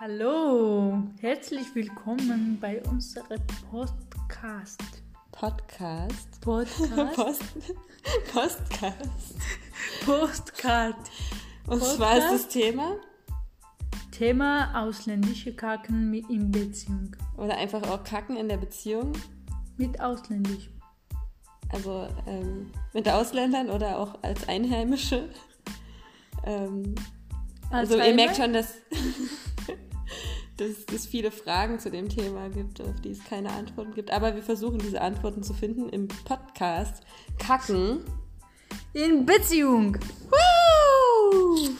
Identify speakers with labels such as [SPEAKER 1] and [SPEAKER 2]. [SPEAKER 1] Hallo, herzlich willkommen bei unserem Podcast.
[SPEAKER 2] Podcast.
[SPEAKER 1] Podcast?
[SPEAKER 2] Post Postcast.
[SPEAKER 1] Postcard.
[SPEAKER 2] Und
[SPEAKER 1] Podcast?
[SPEAKER 2] zwar ist das Thema
[SPEAKER 1] Thema ausländische Kacken mit in Beziehung.
[SPEAKER 2] oder einfach auch Kacken in der Beziehung.
[SPEAKER 1] Mit ausländisch.
[SPEAKER 2] Also ähm, mit Ausländern oder auch als Einheimische. Ähm, also ihr
[SPEAKER 1] Alzheimer?
[SPEAKER 2] merkt schon, dass, dass es viele Fragen zu dem Thema gibt, auf die es keine Antworten gibt. Aber wir versuchen diese Antworten zu finden im Podcast Kacken.
[SPEAKER 1] In Beziehung.
[SPEAKER 2] Woo!